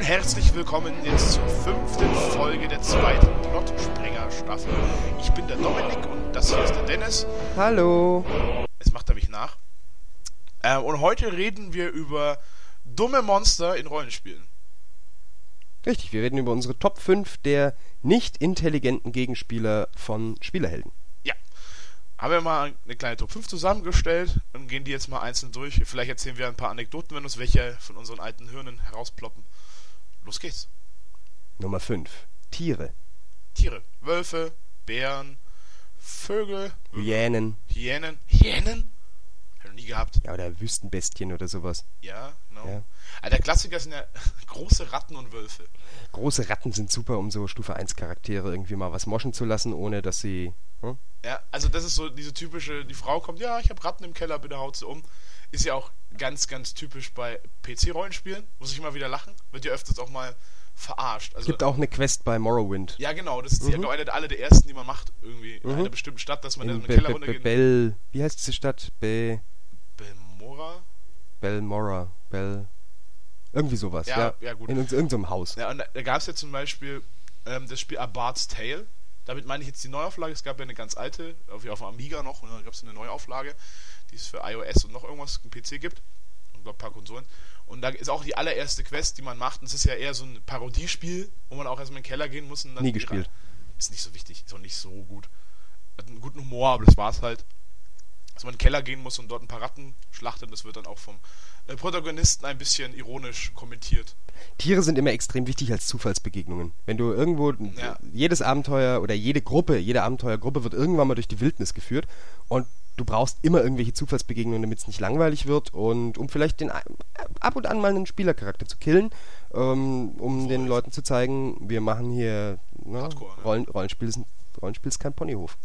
herzlich willkommen jetzt zur fünften Folge der zweiten Plottspringer-Staffel. Ich bin der Dominik und das hier ist der Dennis. Hallo. Jetzt macht er mich nach. Äh, und heute reden wir über dumme Monster in Rollenspielen. Richtig, wir reden über unsere Top 5 der nicht intelligenten Gegenspieler von Spielerhelden. Haben wir mal eine kleine Top 5 zusammengestellt und gehen die jetzt mal einzeln durch. Vielleicht erzählen wir ein paar Anekdoten, wenn uns welche von unseren alten Hirnen herausploppen. Los geht's. Nummer 5. Tiere. Tiere. Wölfe, Bären, Vögel, Hyänen. Hyänen. Hyänen? Hab ich noch nie gehabt. Ja, oder Wüstenbestien oder sowas. Ja, genau. Ja. Aber der Klassiker sind ja große Ratten und Wölfe. Große Ratten sind super, um so Stufe 1 Charaktere irgendwie mal was moschen zu lassen, ohne dass sie. Hm? Ja, also das ist so diese typische, die Frau kommt, ja, ich habe Ratten im Keller, bitte haut sie um. Ist ja auch ganz, ganz typisch bei PC-Rollenspielen. Muss ich immer wieder lachen. Wird ja öfters auch mal verarscht. Also, Gibt auch eine Quest bei Morrowind. ja, genau. Das ist ja, glaube ich, eine- alle der ersten, die man macht irgendwie in Mhm. einer bestimmten Stadt, dass man in, In den Be Keller Be Be runtergeht. Bell. Wie heißt diese Stadt? Be Belmora? Belmora. Bell. Irgendwie sowas, Ja, ja. ja, gut. In uns- irgendeinem Haus. Ja, und da, da gab es ja zum Beispiel ähm, das Spiel A Bard's Tale. Damit meine ich jetzt die Neuauflage. Es gab ja eine ganz alte, auf, auf dem Amiga noch, und dann gab es eine Neuauflage, die es für iOS und noch irgendwas im PC gibt. Und glaube, ein paar Konsolen. Und da ist auch die allererste Quest, die man macht. Und es ist ja eher so ein Parodiespiel, wo man auch erstmal in den Keller gehen muss. Und dann Nie gespielt. Ist nicht so wichtig, ist auch nicht so gut. Hat einen guten Humor, aber das war's halt. Dass man in den Keller gehen muss und dort ein paar Ratten schlachtet. Das wird dann auch vom äh, Protagonisten ein bisschen ironisch kommentiert. Tiere sind immer extrem wichtig als Zufallsbegegnungen. Wenn du irgendwo Ja. jedes Abenteuer oder jede Gruppe, jede Abenteuergruppe wird irgendwann mal durch die Wildnis geführt und du brauchst immer irgendwelche Zufallsbegegnungen, damit es nicht langweilig wird und um vielleicht den ein- ab und an mal einen Spielercharakter zu killen, ähm, um den Leuten zu zeigen, wir machen hier ne, Hardcore, ne? Rollen, Rollenspiel, ist, ein- Rollenspiel ist kein Ponyhof.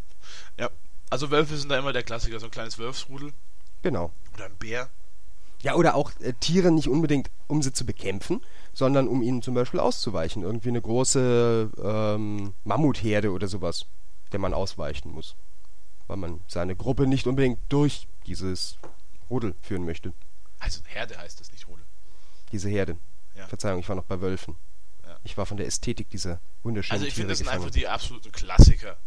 Ja, also Wölfe sind da immer der Klassiker, so ein kleines Wölfsrudel Genau. oder ein Bär. Ja, oder auch äh, Tiere nicht unbedingt, um sie zu bekämpfen, sondern um ihnen zum Beispiel auszuweichen. Irgendwie eine große ähm, Mammutherde oder sowas, der man ausweichen muss. Weil man seine Gruppe nicht unbedingt durch dieses Rudel führen möchte. Also Herde heißt das nicht Rudel. Diese Herde. Ja. Verzeihung, ich war noch bei Wölfen. Ja. Ich war von der Ästhetik dieser wunderschönen Also ich Tiere finde, das sind gefangen. einfach die absoluten Klassiker.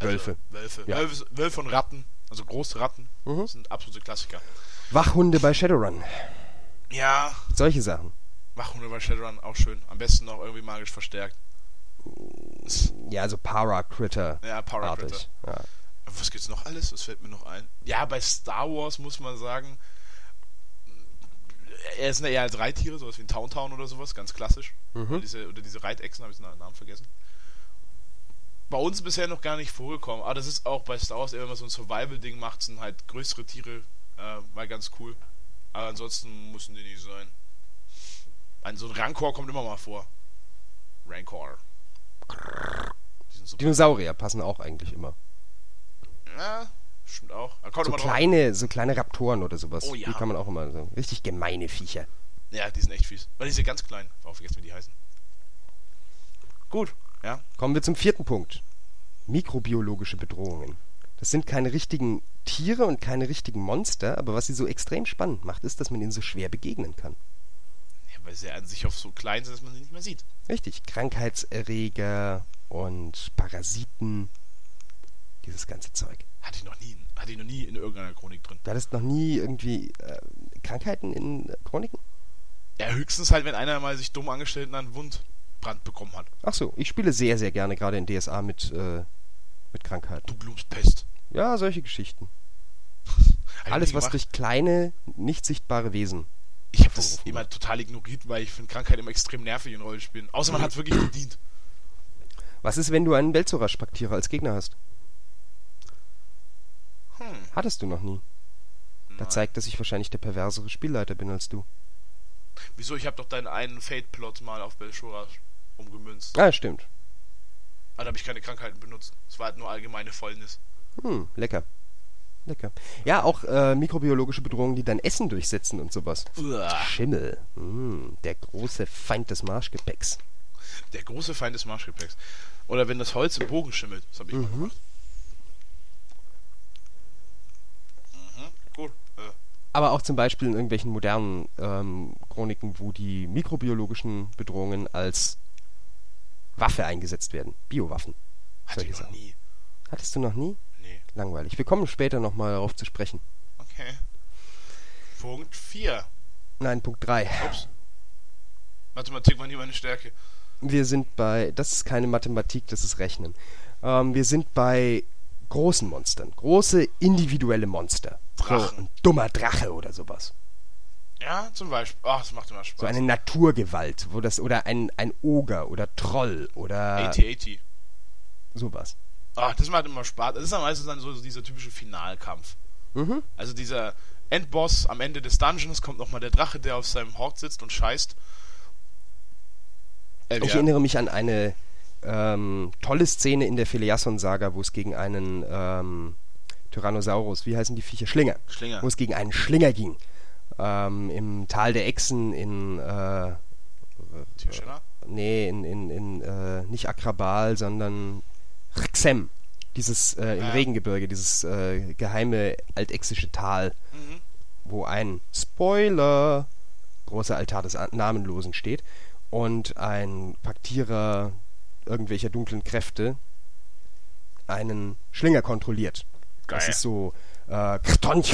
Also Wölfe. Wölfe. Ja. Wölfe. Wölfe und Ratten, also große Ratten, Mhm. sind absolute Klassiker. Wachhunde bei Shadowrun. Ja, Solche Sachen. Wachhunde bei Shadowrun, auch schön. Am besten noch irgendwie magisch verstärkt. Ja, also Paracritter. Ja, Paracritter. artig. Ja. Was gibt's noch alles? Was fällt mir noch ein? Ja, bei Star Wars muss man sagen, er sind ja eher drei Tiere, sowas wie ein Towntown oder sowas, ganz klassisch. Mhm. Oder, diese, oder diese Reitechsen, habe ich den Namen vergessen. Bei uns bisher noch gar nicht vorgekommen, aber das ist auch bei Star Wars eher, wenn man so ein Survival-Ding macht, sind halt größere Tiere äh, mal ganz cool. Aber ansonsten müssen die nicht sein. Ein, so ein Rancor kommt immer mal vor. Rancor. Die sind super. Dinosaurier passen auch eigentlich immer. Ja, stimmt auch. Aber Kommt So immer drauf an. kleine, so kleine Raptoren oder sowas. Oh ja. Die kann man auch immer so. Richtig gemeine Viecher. Ja, die sind echt fies. Weil die sind ganz klein. Warum vergessen wir die heißen? Gut. Ja. Kommen wir zum vierten Punkt. Mikrobiologische Bedrohungen. Das sind keine richtigen Tiere und keine richtigen Monster, aber was sie so extrem spannend macht, ist, dass man ihnen so schwer begegnen kann. ja weil sie ja an sich auf so klein sind, dass man sie nicht mehr sieht. Richtig, Krankheitserreger und Parasiten, dieses ganze Zeug. Hatte ich noch nie. Hatte ich noch nie in irgendeiner Chronik drin. Du hattest noch nie irgendwie äh, Krankheiten in äh, Chroniken? Ja, höchstens halt, wenn einer mal sich dumm angestellt und einen Wundbrand bekommen hat. Ach so, ich spiele sehr, sehr gerne gerade in DSA mit, äh, mit Krankheiten. Du Glumspest. Ja, solche Geschichten. Hab ich Alles, nie was gemacht. durch kleine, nicht sichtbare Wesen. Ich habe das Vorgerufen immer total ignoriert, weil ich finde Krankheit immer extrem nervig in Rollenspielen. Außer man hat wirklich gedient. Was ist, wenn du einen Belzorasch-Paktierer als Gegner hast? Hm. Hattest du noch nie. Da Nein. zeigt, dass ich wahrscheinlich der perversere Spielleiter bin als du. Wieso? Ich habe doch deinen einen Fate-Plot mal auf Belshora umgemünzt. Ah, stimmt. Aber da habe ich keine Krankheiten benutzt. Es war halt nur allgemeine Fäulnis. Hm, lecker. Lecker. Ja, auch äh, mikrobiologische Bedrohungen, die dein Essen durchsetzen und sowas. Uah. Schimmel. Hm, der große Feind des Marschgepäcks. Der große Feind des Marschgepäcks. Oder wenn das Holz im Bogen schimmelt. Das habe ich mal gemacht. Mhm, gut. Äh, aber auch zum Beispiel in irgendwelchen modernen ähm, Chroniken, wo die mikrobiologischen Bedrohungen als Waffe eingesetzt werden. Biowaffen. Hatte solche ich noch Sachen. nie. Hattest du noch nie? Nee. Langweilig. Wir kommen später nochmal darauf zu sprechen. Okay. Punkt 4. Nein, Punkt 3. Ups. Mathematik war nie meine Stärke. Wir sind bei, das ist keine Mathematik, das ist Rechnen. Ähm, wir sind bei großen Monstern. Große individuelle Monster. Drachen. So, ein dummer Drache oder sowas. Ja, zum Beispiel. Ach, das macht immer Spaß. So eine Naturgewalt, wo das, oder ein, ein Oger oder Troll oder AT-AT. sowas. Ach, Ah, das macht immer Spaß. Das ist am meisten dann so dieser typische Finalkampf. Mhm. Also dieser Endboss am Ende des Dungeons kommt nochmal der Drache, der auf seinem Hort sitzt und scheißt. Äh, Ich ja. erinnere mich an eine ähm, tolle Szene in der Philiasson-Saga, wo es gegen einen ähm, Tyrannosaurus, wie heißen die Viecher? Schlinger. Schlinger. Wo es gegen einen Schlinger ging. Ähm, Im Tal der Echsen in, äh, Tierschäler? nee, in, in, in äh, nicht Akrabal, sondern Rxem. Dieses äh, im Ah, Ja. Regengebirge, dieses äh, geheime altexische Tal, Mhm. wo ein Spoiler großer Altar des A- Namenlosen steht und ein Paktierer irgendwelcher dunklen Kräfte einen Schlinger kontrolliert. Das Geil. ist so äh, Krtonch,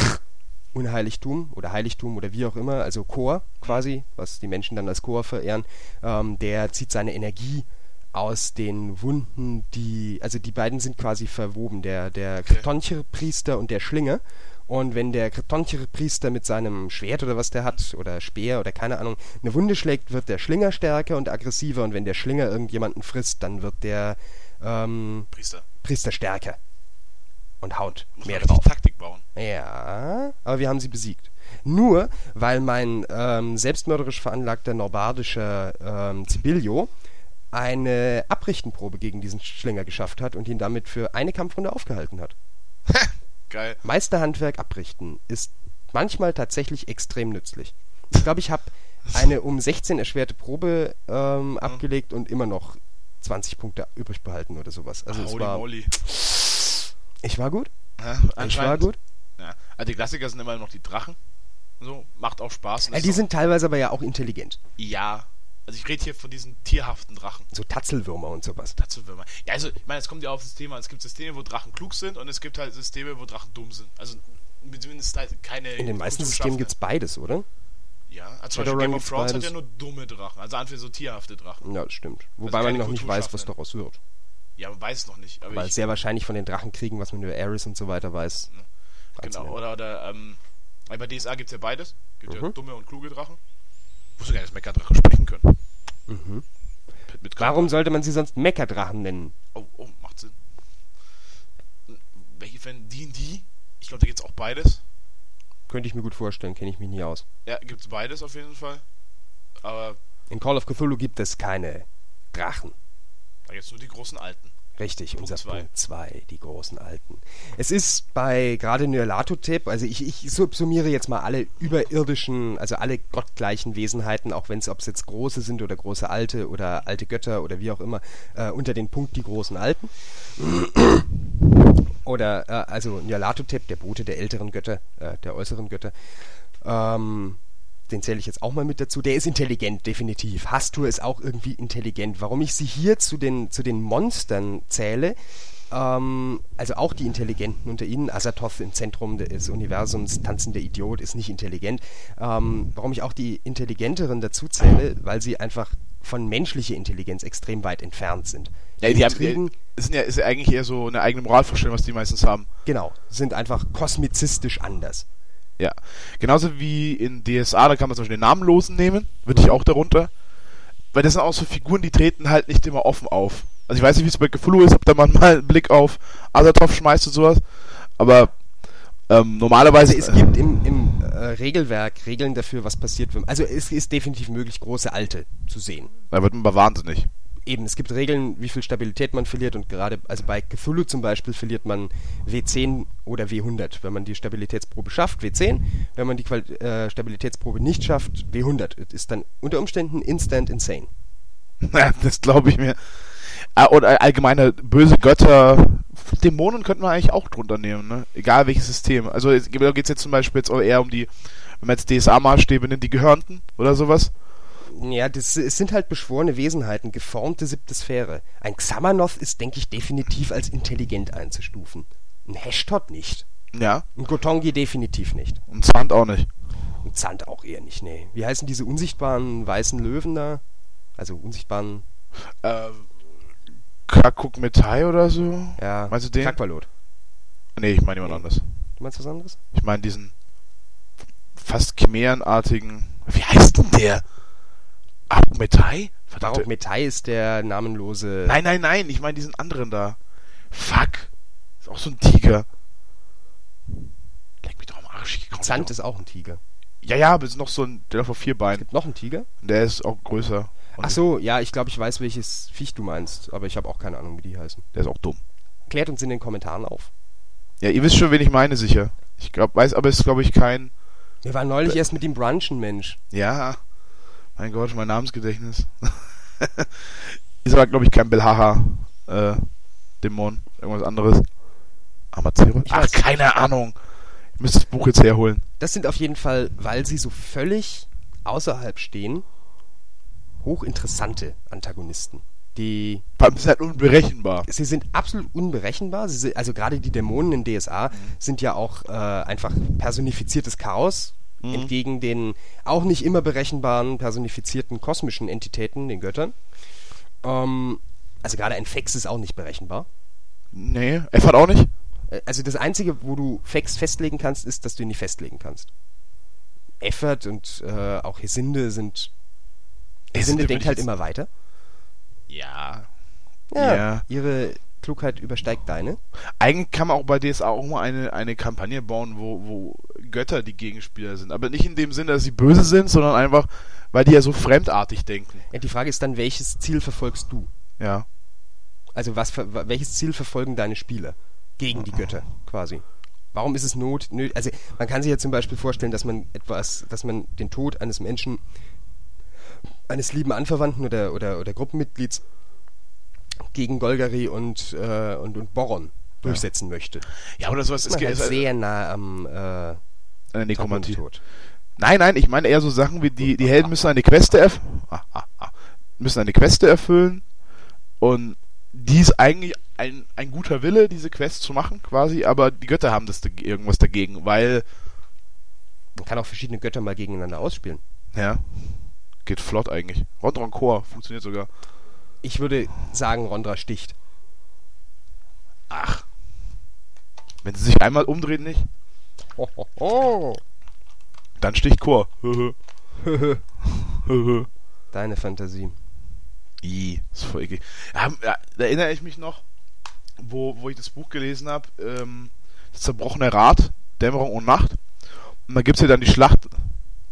Unheiligtum oder Heiligtum oder wie auch immer, also Chor quasi, was die Menschen dann als Chor verehren, ähm, der zieht seine Energie aus den Wunden, die, also die beiden sind quasi verwoben, der, der Krtoncher-Priester und der Schlinge. Und wenn der Krtoncher-Priester mit seinem Schwert oder was der hat, oder Speer oder keine Ahnung, eine Wunde schlägt, wird der Schlinger stärker und aggressiver. Und wenn der Schlinger irgendjemanden frisst, dann wird der ähm, Priester. Priester stärker und haut Muss mehr man richtig drauf. Taktik bauen. Ja, aber wir haben sie besiegt. Nur, weil mein ähm, selbstmörderisch veranlagter norbardischer ähm, Zibilio eine Abrichtenprobe gegen diesen Schlinger geschafft hat und ihn damit für eine Kampfrunde aufgehalten hat. Geil. Meisterhandwerk abrichten ist manchmal tatsächlich extrem nützlich. Ich glaube, ich habe eine um 16 erschwerte Probe Mhm. ähm, abgelegt und immer noch 20 Punkte übrig behalten oder sowas. Also es Holy war, moly. ich war gut, Ja, ich war anscheinend. gut. Ja. Also die Klassiker sind immer noch die Drachen. So, macht auch Spaß. und Äh, ist die auch- sind teilweise aber ja auch intelligent. Ja. Also ich rede hier von diesen tierhaften Drachen. So Tatzelwürmer und sowas. Dazu will man. Ja, also, ich meine, es kommt ja auf das Thema. an. Es gibt Systeme, wo Drachen klug sind und es gibt halt Systeme, wo Drachen dumm sind. Also zumindest halt keine. In den meisten gut Systemen geschaffene- gibt's beides, oder? Ja, also zum Beispiel Shadowrun Game of gibt's Thrones hat ja beides. nur dumme Drachen. Also anfangs so tierhafte Drachen. Ja, das stimmt. Wobei man Also keine noch nicht weiß, was Kulturschaffenden. daraus wird. Ja, man weiß es noch nicht. Aber Weil ich, sehr wahrscheinlich von den Drachenkriegen, was man über Ares und so weiter weiß. genau. Wahnsinn. Oder, oder ähm, weil bei DSA gibt es ja beides. Gibt ja Mhm. dumme und kluge Drachen. Wusste gar nicht, dass Mecha-Drachen sprechen können. Mit, mit Körper. Mhm. Warum sollte man sie sonst Meckerdrachen nennen? Oh, oh, macht Sinn. Welche Fan? D&D? Ich glaube, da gibt's auch beides. Könnte ich mir gut vorstellen, kenne ich mich nie aus. Ja, gibt's beides auf jeden Fall. Aber In Call of Cthulhu gibt es keine Drachen. da gibt's nur die großen Alten. Richtig, unser zwei. Punkt 2, die großen Alten. Es ist bei gerade Nyarlathotep, also ich, ich subsumiere jetzt mal alle überirdischen, also alle gottgleichen Wesenheiten, auch wenn es, ob es jetzt große sind oder große Alte oder alte Götter oder wie auch immer, äh, unter den Punkt die großen Alten. Oder, äh, also Nyarlathotep, der Bote der älteren Götter, äh, der äußeren Götter. Ähm, den zähle ich jetzt auch mal mit dazu. Der ist intelligent, definitiv. Hastur ist auch irgendwie intelligent. Warum ich sie hier zu den, zu den Monstern zähle, ähm, also auch die Intelligenten unter ihnen, Asatoth im Zentrum des Universums, tanzender Idiot, ist nicht intelligent. Ähm, warum ich auch die Intelligenteren dazu zähle, weil sie einfach von menschlicher Intelligenz extrem weit entfernt sind. äh, Intrigen- sind ja, ist ja eigentlich eher so eine eigene Moralvorstellung, was die meistens haben. genau, sind einfach kosmizistisch anders. Ja. Genauso wie in DSA, da kann man zum Beispiel den Namenlosen nehmen, würde Mhm. ich auch darunter. Weil das sind auch so Figuren, die treten halt nicht immer offen auf. Also ich weiß nicht, wie es bei Cthulhu ist, ob da man mal einen Blick auf Azatov schmeißt und sowas. Aber ähm, normalerweise Also es gibt im, im äh, Regelwerk Regeln dafür, was passiert, wenn. Also es ist definitiv möglich, große Alte zu sehen. Da wird man aber wahnsinnig. Eben, es gibt Regeln, wie viel Stabilität man verliert und gerade, also bei Cthulhu zum Beispiel verliert man W10 oder W100, wenn man die Stabilitätsprobe schafft, W10, wenn man die Qual äh, Stabilitätsprobe nicht schafft, W100. Es ist dann unter Umständen instant insane. Ja, das glaube ich mir. Äh, oder allgemeine böse Götter, Dämonen könnten wir eigentlich auch drunter nehmen, ne? Egal welches System. Also es- da geht es jetzt zum Beispiel jetzt auch eher um die, wenn man jetzt DSA-Maßstäbe nimmt, die Gehörnten oder sowas. Ja, das, es sind halt beschworene Wesenheiten, geformte siebte Sphäre. Ein Xamanoth ist, denke ich, definitiv als intelligent einzustufen. Ein Hashtot nicht. Ja. Ein Gotongi definitiv nicht. Und Zand auch nicht. Und Zand auch eher nicht, nee. Wie heißen diese unsichtbaren weißen Löwen da? Also unsichtbaren, Äh, Kakuk Metai oder so? ja. Meinst du den? Quackwalot. Nee, ich meine jemand anders. Du meinst was anderes? Ich meine diesen fast chimärenartigen. Wie heißt denn der? Kakuk Metai? Verdammt. Baroque Metai ist der namenlose. Nein, nein, nein, ich meine diesen anderen da. Fuck. Ist auch so ein Tiger. Leck mich doch am Arsch. ich komm Zand doch- ist auch ein Tiger. Ja, ja, aber ist noch so ein. Der hat auf vier Es Beinen. gibt noch einen Tiger? Der ist auch größer. Und Ach so, ja, ich glaube, ich weiß, welches Viech du meinst, aber ich habe auch keine Ahnung, wie die heißen. Der ist auch dumm. Klärt uns in den Kommentaren auf. Ja, ihr wisst schon, wen ich meine, sicher. Ich glaub, weiß, aber es ist, glaube ich, kein. Wir waren neulich erst mit ihm brunchen, Mensch. Ja. Mein Gott, mein Namensgedächtnis. ist aber, glaube ich, kein Belhaha. Äh, Dämon. Irgendwas anderes. Amazero? Ich Ach, weiß. keine Ahnung. Ich müsste das Buch jetzt herholen. Das sind auf jeden Fall, weil sie so völlig außerhalb stehen, hochinteressante Antagonisten. Die, Vor allem ist halt unberechenbar. sie sind absolut unberechenbar. Sie sind, also gerade die Dämonen in DSA sind ja auch äh, einfach personifiziertes Chaos. Entgegen den auch nicht immer berechenbaren personifizierten kosmischen Entitäten, den Göttern. Ähm, also gerade ein Fex ist auch nicht berechenbar. Nee, F hat auch nicht. Äh, Also das Einzige, wo du Facts festlegen kannst, ist, dass du ihn nicht festlegen kannst. Effert und äh, auch Hesinde sind. Hesinde Hesinde bin denkt ich halt jetzt- immer weiter. Ja. Ja. Ihre Klugheit übersteigt deine. Eigentlich kann man auch bei DSA auch mal eine, eine Kampagne bauen, wo, wo Götter die Gegenspieler sind. Aber nicht in dem Sinne, dass sie böse sind, sondern einfach, weil die ja so fremdartig denken. Ja, die Frage ist dann, welches Ziel verfolgst du? Ja. Also was ver wa- welches Ziel verfolgen deine Spieler? Gegen die Götter quasi. Warum ist es not? Nö, also man kann sich ja zum Beispiel vorstellen, dass man etwas, dass man den Tod eines Menschen, eines lieben Anverwandten oder, oder, oder Gruppenmitglieds gegen Golgari und, äh, und, und Boron durchsetzen möchte. Ja, oder sowas ist, Man halt ist sehr nah am äh, eine Nekromantie. Tod. Nein, nein, ich meine eher so Sachen wie die, die Helden müssen eine Queste erf ah, ah, ah, müssen eine Queste erfüllen und die ist eigentlich ein, ein guter Wille, diese Quest zu machen, quasi, aber die Götter haben das dag- irgendwas dagegen, weil, Man kann auch verschiedene Götter mal gegeneinander ausspielen. ja, geht flott eigentlich. Rondron Core funktioniert sogar. Ich würde sagen, Rondra sticht. Ach. Wenn sie sich einmal umdreht, nicht, Ho, ho, ho. dann sticht Chor. Höhö. Höhö. Deine Fantasie. I, ist voll eklig. Ja, ja, da erinnere ich mich noch, wo, wo ich das Buch gelesen habe, ähm, das zerbrochene Rad, Dämmerung und Nacht. Und da gibt es ja dann die Schlacht.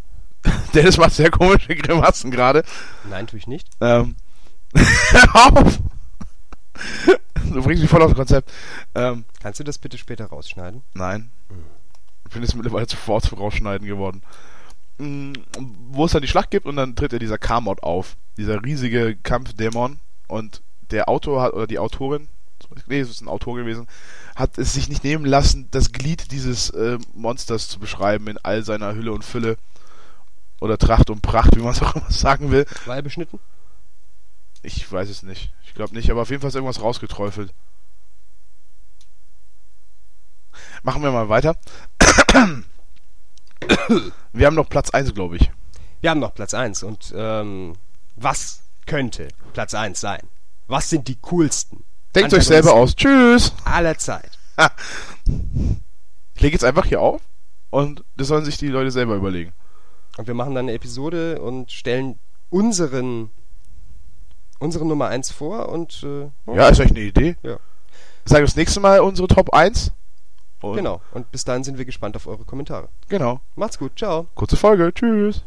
Dennis macht sehr komische Grimassen gerade. Nein, tue ich nicht. Ähm, hör auf! Du bringst mich voll aufs Konzept. Ähm, Kannst du das bitte später rausschneiden? Nein. Ich bin jetzt mittlerweile zu Forts vorausschneiden geworden. Mm, Wo es dann die Schlacht gibt und dann tritt ja dieser K-Mod auf. Dieser riesige Kampfdämon. Und der Autor hat, oder die Autorin, nee, es ist ein Autor gewesen, hat es sich nicht nehmen lassen, das Glied dieses äh, Monsters zu beschreiben in all seiner Hülle und Fülle. Oder Tracht und Pracht, wie man es auch immer sagen will. Weil beschnitten? Ich weiß es nicht. Ich glaube nicht, aber auf jeden Fall ist irgendwas rausgeträufelt. Machen wir mal weiter. Wir haben noch Platz 1, glaube ich. Wir haben noch Platz 1 und ähm, was könnte Platz 1 sein? Was sind die coolsten Denkt euch selber aus. Tschüss. aller Zeit? Ich lege jetzt einfach hier auf und das sollen sich die Leute selber überlegen. Und wir machen dann eine Episode und stellen unseren unsere Nummer 1 vor und äh, Ja, ist euch eine Idee? Ja. Sagen wir das nächste Mal unsere Top 1. Und genau. Und bis dahin sind wir gespannt auf eure Kommentare. Genau. Macht's gut, ciao. Kurze Folge. Tschüss.